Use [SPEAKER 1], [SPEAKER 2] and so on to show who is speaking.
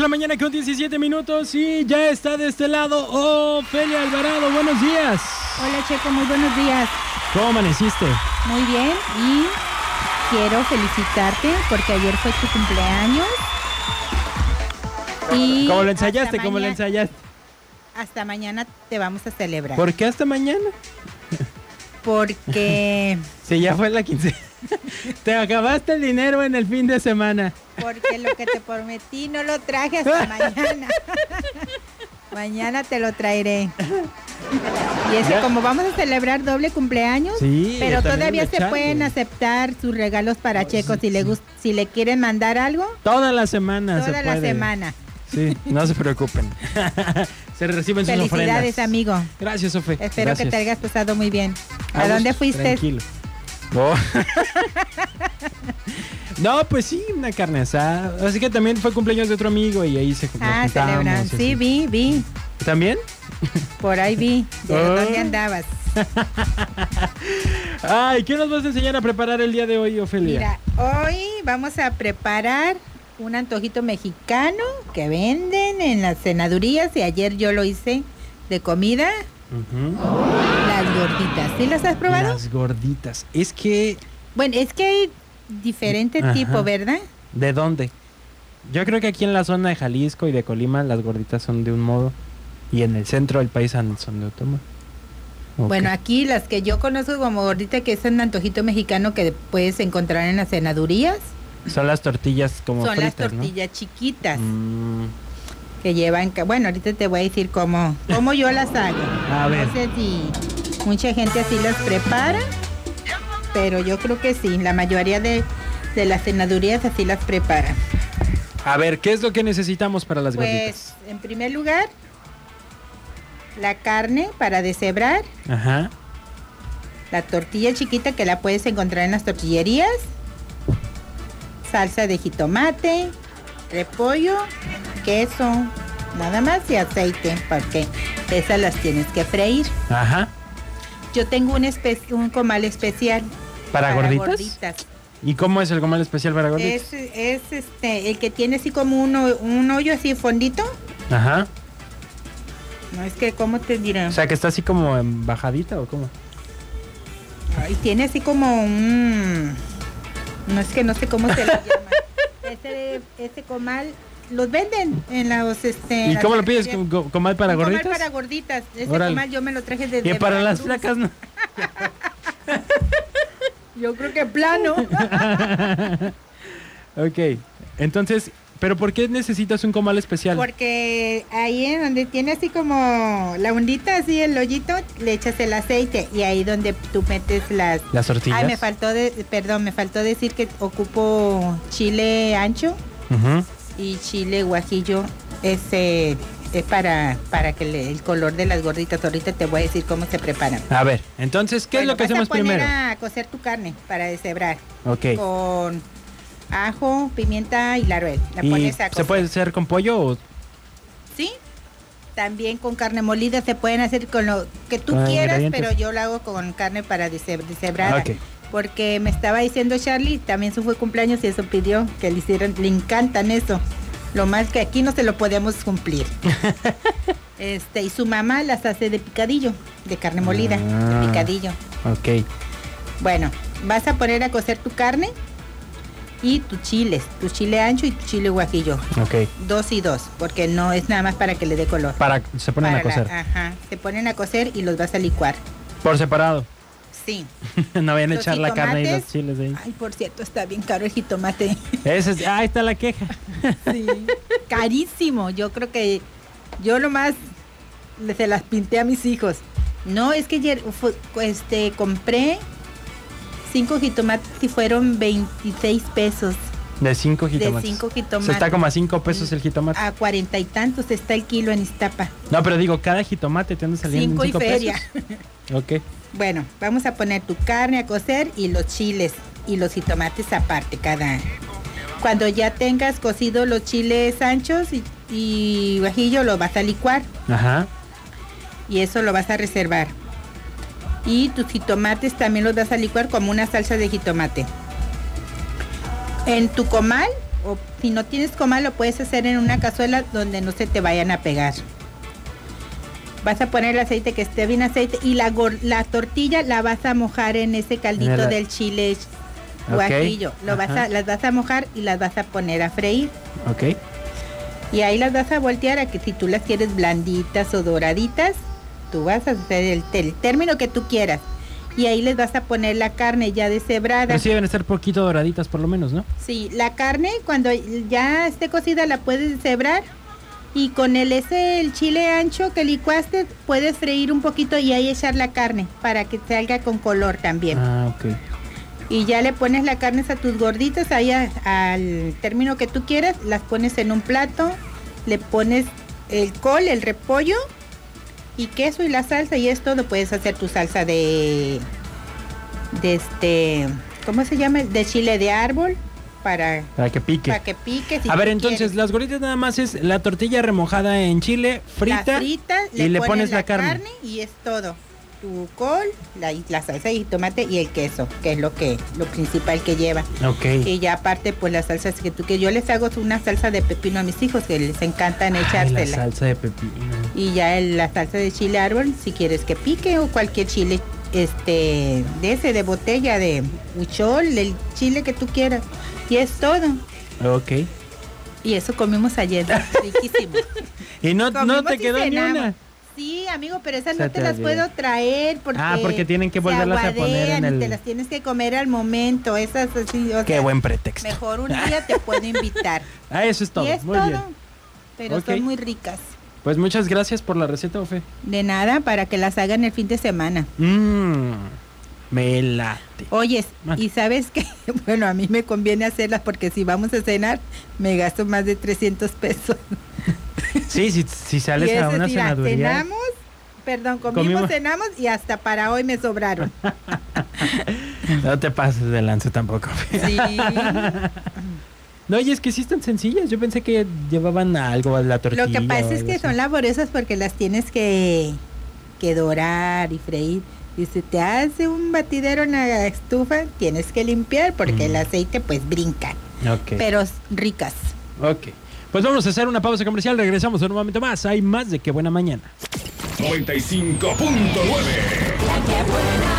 [SPEAKER 1] la mañana con 17 minutos y ya está de este lado Ofelia Alvarado. Buenos días.
[SPEAKER 2] Hola Checo, muy buenos días.
[SPEAKER 1] ¿Cómo amaneciste?
[SPEAKER 2] Muy bien y quiero felicitarte porque ayer fue tu cumpleaños. Y
[SPEAKER 1] ¿Cómo lo
[SPEAKER 2] hasta
[SPEAKER 1] ensayaste? ¿Cómo lo
[SPEAKER 2] maña-
[SPEAKER 1] ensayaste?
[SPEAKER 2] Hasta mañana te vamos a celebrar.
[SPEAKER 1] ¿Por qué hasta mañana?
[SPEAKER 2] Porque,
[SPEAKER 1] Sí, ya fue la quincena. Te acabaste el dinero en el fin de semana.
[SPEAKER 2] porque lo que te prometí no lo traje hasta mañana. mañana te lo traeré. Y es que
[SPEAKER 1] Ya.
[SPEAKER 2] como vamos a celebrar doble cumpleaños,
[SPEAKER 1] Sí,
[SPEAKER 2] Pero
[SPEAKER 1] también
[SPEAKER 2] todavía
[SPEAKER 1] le
[SPEAKER 2] se
[SPEAKER 1] echaste.
[SPEAKER 2] pueden aceptar sus regalos para Checo si le gust- si le quieren mandar algo
[SPEAKER 1] Toda la semana Ah, se
[SPEAKER 2] toda la
[SPEAKER 1] puede.
[SPEAKER 2] semana.
[SPEAKER 1] Sí, no se preocupen. se reciben sus ofrendas.
[SPEAKER 2] Felicidades, amigo.
[SPEAKER 1] Gracias, Ofe.
[SPEAKER 2] Espero que
[SPEAKER 1] Gracias.
[SPEAKER 2] te hayas pasado muy bien. ¿A
[SPEAKER 1] Agus,
[SPEAKER 2] dónde fuiste?
[SPEAKER 1] Tranquilo. No. No, pues sí, una carne asada. Así que también fue cumpleaños de otro amigo y ahí se nos
[SPEAKER 2] Ah,
[SPEAKER 1] juntamos
[SPEAKER 2] celebran.
[SPEAKER 1] y
[SPEAKER 2] Sí,
[SPEAKER 1] así.
[SPEAKER 2] vi, vi.
[SPEAKER 1] ¿También?
[SPEAKER 2] Por ahí vi. ¿De
[SPEAKER 1] Ah.
[SPEAKER 2] dónde andabas?
[SPEAKER 1] Ay, ¿qué nos vas a enseñar a preparar el día de hoy, Ofelia?
[SPEAKER 2] Mira, hoy vamos a preparar un antojito mexicano que venden en las cenadurías y ayer yo lo hice de comida,
[SPEAKER 1] Ujú.
[SPEAKER 2] las gorditas. ¿Sí las has probado?
[SPEAKER 1] Las gorditas. Es que,
[SPEAKER 2] Bueno, es que hay diferente
[SPEAKER 1] Ajá.
[SPEAKER 2] tipo, ¿verdad?
[SPEAKER 1] ¿de dónde? Yo creo que aquí en la zona de Jalisco y de Colima las gorditas son de un modo y en el centro del país son son de otro modo. Ok.
[SPEAKER 2] Bueno, aquí las que yo conozco como gordita, que es un antojito mexicano que puedes encontrar en las cenadurías,
[SPEAKER 1] son las tortillas como
[SPEAKER 2] son las
[SPEAKER 1] fritas, ¿no?
[SPEAKER 2] tortillas chiquitas
[SPEAKER 1] Mm,
[SPEAKER 2] que llevan. ca- Bueno, ahorita te voy a decir cómo, cómo yo las hago.
[SPEAKER 1] a ver.
[SPEAKER 2] No sé si mucha gente así las prepara, pero yo creo que sí, la mayoría de, de las cenadurías así las preparan.
[SPEAKER 1] A ver, ¿qué es lo que necesitamos para las
[SPEAKER 2] Pues,
[SPEAKER 1] gorditas?
[SPEAKER 2] en primer lugar, la carne para deshebrar,
[SPEAKER 1] Ajá.
[SPEAKER 2] La tortilla chiquita que la puedes encontrar en las tortillerías. Salsa de jitomate, repollo, queso, nada más y aceite, porque esas las tienes que freír.
[SPEAKER 1] Ajá.
[SPEAKER 2] Yo tengo un, espe- un comal especial
[SPEAKER 1] ¿Para, gorditas?
[SPEAKER 2] gorditas.
[SPEAKER 1] ¿Y cómo es el comal especial para gorditas?
[SPEAKER 2] Es, es, este, el que tiene así como un, ho- un hoyo así fondito.
[SPEAKER 1] Ajá.
[SPEAKER 2] No es que, ¿cómo te diré?
[SPEAKER 1] O sea, que está así como en bajadita o cómo?
[SPEAKER 2] Y tiene así como un... No es que no sé cómo se le llama. Este, este comal los venden en los... Este,
[SPEAKER 1] ¿Y
[SPEAKER 2] las
[SPEAKER 1] cómo lo pides?
[SPEAKER 2] taquerías.
[SPEAKER 1] ¿Con- ¿Comal para
[SPEAKER 2] Un comal
[SPEAKER 1] gorditas?
[SPEAKER 2] para gorditas. Este
[SPEAKER 1] Órale.
[SPEAKER 2] comal yo me lo traje desde...
[SPEAKER 1] y para las
[SPEAKER 2] Veracruz.
[SPEAKER 1] flacas no.
[SPEAKER 2] Yo creo que plano.
[SPEAKER 1] ok. Entonces, ¿pero por qué necesitas un comal especial?
[SPEAKER 2] Porque ahí en donde tiene así como la ondita, así el hoyito, le echas el aceite. Y ahí donde tú metes las...
[SPEAKER 1] Las tortillas.
[SPEAKER 2] Ay, me faltó, de, perdón, me faltó decir que ocupo chile ancho.
[SPEAKER 1] Ujú.
[SPEAKER 2] y chile guajillo ese es para para que le- el color de las gorditas ahorita te voy a decir cómo se preparan
[SPEAKER 1] A ver, entonces, ¿qué es
[SPEAKER 2] Bueno,
[SPEAKER 1] lo que
[SPEAKER 2] vas
[SPEAKER 1] hacemos
[SPEAKER 2] a poner
[SPEAKER 1] primero?
[SPEAKER 2] a cocer tu carne para deshebrar
[SPEAKER 1] Ok.
[SPEAKER 2] con ajo pimienta y laurel la
[SPEAKER 1] ¿Y
[SPEAKER 2] pones a
[SPEAKER 1] se
[SPEAKER 2] cocer
[SPEAKER 1] puede hacer con pollo o
[SPEAKER 2] sí también con carne molida se pueden hacer con lo que tú
[SPEAKER 1] Con
[SPEAKER 2] quieras
[SPEAKER 1] Ah, ingredientes. Ah,
[SPEAKER 2] pero yo lo hago con carne para desheb- deshebrada
[SPEAKER 1] Ok.
[SPEAKER 2] porque me estaba diciendo Charlie también su fue cumpleaños y eso pidió que le hicieran le encantan eso lo más que aquí no se lo podemos cumplir este y su mamá las hace de picadillo de carne molida
[SPEAKER 1] Ah.
[SPEAKER 2] de picadillo
[SPEAKER 1] Ok.
[SPEAKER 2] bueno vas a poner a cocer tu carne y tus chiles tu chile ancho y tu chile guajillo
[SPEAKER 1] Ok.
[SPEAKER 2] dos y dos porque no es nada más para que le dé color
[SPEAKER 1] Para, se ponen a
[SPEAKER 2] Para la-
[SPEAKER 1] cocer.
[SPEAKER 2] ajá se ponen a cocer y los vas a licuar
[SPEAKER 1] Por separado.
[SPEAKER 2] sí
[SPEAKER 1] no vayan a
[SPEAKER 2] Los
[SPEAKER 1] echar la carne y los
[SPEAKER 2] jitomates.
[SPEAKER 1] chiles ahí.
[SPEAKER 2] ay por cierto está bien caro el jitomate
[SPEAKER 1] Ese es- ahí está la queja.
[SPEAKER 2] Sí. Carísimo. Yo creo que yo lo más le- se las pinté a mis hijos. No, es que ayer fu- este, compré cinco jitomates y fueron 26 pesos.
[SPEAKER 1] De 5
[SPEAKER 2] De
[SPEAKER 1] jitomates.
[SPEAKER 2] cinco
[SPEAKER 1] O sea,
[SPEAKER 2] jitomates.
[SPEAKER 1] está como a 5 pesos el jitomate.
[SPEAKER 2] A cuarenta y tantos está el kilo en Iztapa.
[SPEAKER 1] No, pero digo, cada jitomate te anda saliendo
[SPEAKER 2] Cinco y
[SPEAKER 1] 5
[SPEAKER 2] feria.
[SPEAKER 1] pesos. Ok.
[SPEAKER 2] Bueno, vamos a poner tu carne a cocer y los chiles y los jitomates aparte cada. Cuando ya tengas cocido los chiles anchos y, y guajillo, lo vas a licuar.
[SPEAKER 1] Ajá.
[SPEAKER 2] y eso lo vas a reservar. Y tus jitomates también los vas a licuar como una salsa de jitomate. En tu comal o si no tienes coma lo puedes hacer en una cazuela donde no se te vayan a pegar. Vas a poner el aceite que esté bien aceite y la, gor- la tortilla la vas a mojar en ese caldito
[SPEAKER 1] En el-
[SPEAKER 2] del chile
[SPEAKER 1] Ok.
[SPEAKER 2] guajillo. Lo vas
[SPEAKER 1] Ajá.
[SPEAKER 2] a- las vas a mojar y las vas a poner a freír.
[SPEAKER 1] Ok.
[SPEAKER 2] Y ahí las vas a voltear a que si tú las quieres blanditas o doraditas, tú vas a hacer el, el término que tú quieras. Y ahí les vas a poner la carne ya deshebrada.
[SPEAKER 1] Pero sí deben estar poquito doraditas por lo menos, ¿no?
[SPEAKER 2] Sí, la carne cuando ya esté cocida la puedes deshebrar y con el ese el chile ancho que licuaste puedes freír un poquito y ahí echar la carne para que salga con color también.
[SPEAKER 1] Ah, ok.
[SPEAKER 2] Y ya le pones la carne a tus gorditas ahí a- al término que tú quieras, las pones en un plato, le pones el col, el repollo y queso y la salsa y es todo, puedes hacer tu salsa de de este, ¿cómo se llama? de chile de árbol para
[SPEAKER 1] Para que pique.
[SPEAKER 2] para que pique. si
[SPEAKER 1] a
[SPEAKER 2] tú
[SPEAKER 1] ver, entonces,
[SPEAKER 2] quieres.
[SPEAKER 1] las gorditas nada más es la tortilla remojada en chile,
[SPEAKER 2] La
[SPEAKER 1] frita.
[SPEAKER 2] fritas,
[SPEAKER 1] y le pones la carne.
[SPEAKER 2] y es todo. Tu col, la, y la salsa y tomate y el queso, que es lo que lo principal que lleva.
[SPEAKER 1] Ok.
[SPEAKER 2] Y ya aparte, pues las salsas que tú que yo les hago una salsa de pepino a mis hijos que les encantan
[SPEAKER 1] Ay, la
[SPEAKER 2] echársela.
[SPEAKER 1] salsa de pepino.
[SPEAKER 2] y ya el- la salsa de chile árbol, si quieres que pique o cualquier chile, este, de ese, de botella, de huchol, del chile que tú quieras. Y es todo.
[SPEAKER 1] Ok.
[SPEAKER 2] Y eso comimos ayer, riquísimo.
[SPEAKER 1] Y no, no
[SPEAKER 2] Comimos
[SPEAKER 1] te
[SPEAKER 2] y
[SPEAKER 1] quedó ni
[SPEAKER 2] cenamos.
[SPEAKER 1] una.
[SPEAKER 2] Sí, amigo, pero esas
[SPEAKER 1] Se
[SPEAKER 2] no te
[SPEAKER 1] te
[SPEAKER 2] las
[SPEAKER 1] olvidó.
[SPEAKER 2] puedo traer porque
[SPEAKER 1] Ah, porque tienen que
[SPEAKER 2] se
[SPEAKER 1] volverlas a poner en
[SPEAKER 2] aguadean y
[SPEAKER 1] el-
[SPEAKER 2] te las tienes que comer al momento, esas así, o
[SPEAKER 1] Qué
[SPEAKER 2] sea,
[SPEAKER 1] buen pretexto.
[SPEAKER 2] mejor un día te puedo invitar.
[SPEAKER 1] Ah, eso es todo.
[SPEAKER 2] y es
[SPEAKER 1] Muy
[SPEAKER 2] todo.
[SPEAKER 1] bien.
[SPEAKER 2] Pero
[SPEAKER 1] Ok.
[SPEAKER 2] son muy ricas.
[SPEAKER 1] Pues muchas gracias por la receta, Ofe.
[SPEAKER 2] De nada, para que las hagan el fin de semana.
[SPEAKER 1] Mmm. Me late.
[SPEAKER 2] Oyes,
[SPEAKER 1] Mande.
[SPEAKER 2] y sabes que, bueno, a mí me conviene hacerlas porque si vamos a cenar, me gasto más de 300 pesos.
[SPEAKER 1] Sí, si, si sales
[SPEAKER 2] y
[SPEAKER 1] a
[SPEAKER 2] eso,
[SPEAKER 1] una
[SPEAKER 2] mira,
[SPEAKER 1] cenaduría.
[SPEAKER 2] Cenamos, perdón,
[SPEAKER 1] Comimos.
[SPEAKER 2] comimos, cenamos y hasta para hoy me sobraron.
[SPEAKER 1] No te pases de lance tampoco. Ofe.
[SPEAKER 2] Sí.
[SPEAKER 1] No, y es que sí están sencillas. Yo pensé que llevaban algo a la tortilla.
[SPEAKER 2] Lo que
[SPEAKER 1] o
[SPEAKER 2] pasa es
[SPEAKER 1] algo
[SPEAKER 2] que
[SPEAKER 1] así.
[SPEAKER 2] son laboriosas porque las tienes que, que dorar y freír. Y si te hace un batidero en la estufa, tienes que limpiar porque
[SPEAKER 1] Mm.
[SPEAKER 2] el aceite pues brinca.
[SPEAKER 1] Ok.
[SPEAKER 2] Pero s- ricas.
[SPEAKER 1] Ok. Pues vamos a hacer una pausa comercial. Regresamos en un momento más. Hay más de que buena mañana.
[SPEAKER 3] 95.9.
[SPEAKER 4] buena